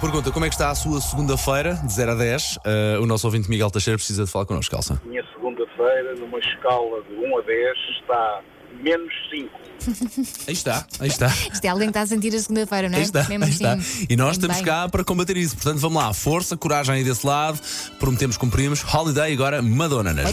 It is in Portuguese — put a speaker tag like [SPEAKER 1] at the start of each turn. [SPEAKER 1] Pergunta, como é que está a sua segunda-feira, de 0 a 10? Eh, o nosso ouvinte Miguel Teixeira precisa de falar connosco, Calça.
[SPEAKER 2] minha segunda-feira, numa escala de 1 a 10, está menos 5.
[SPEAKER 1] Aí está, aí está,
[SPEAKER 3] Isto é alguém que está a sentir a segunda-feira, não é?
[SPEAKER 1] aí está,
[SPEAKER 3] Mesmo
[SPEAKER 1] aí
[SPEAKER 3] assim.
[SPEAKER 1] está. E nós
[SPEAKER 3] Bem,
[SPEAKER 1] estamos
[SPEAKER 3] bem.
[SPEAKER 1] cá para combater isso. Portanto, vamos lá, força, coragem aí desse lado, prometemos, cumprimos. Holiday agora, Madonna né? nas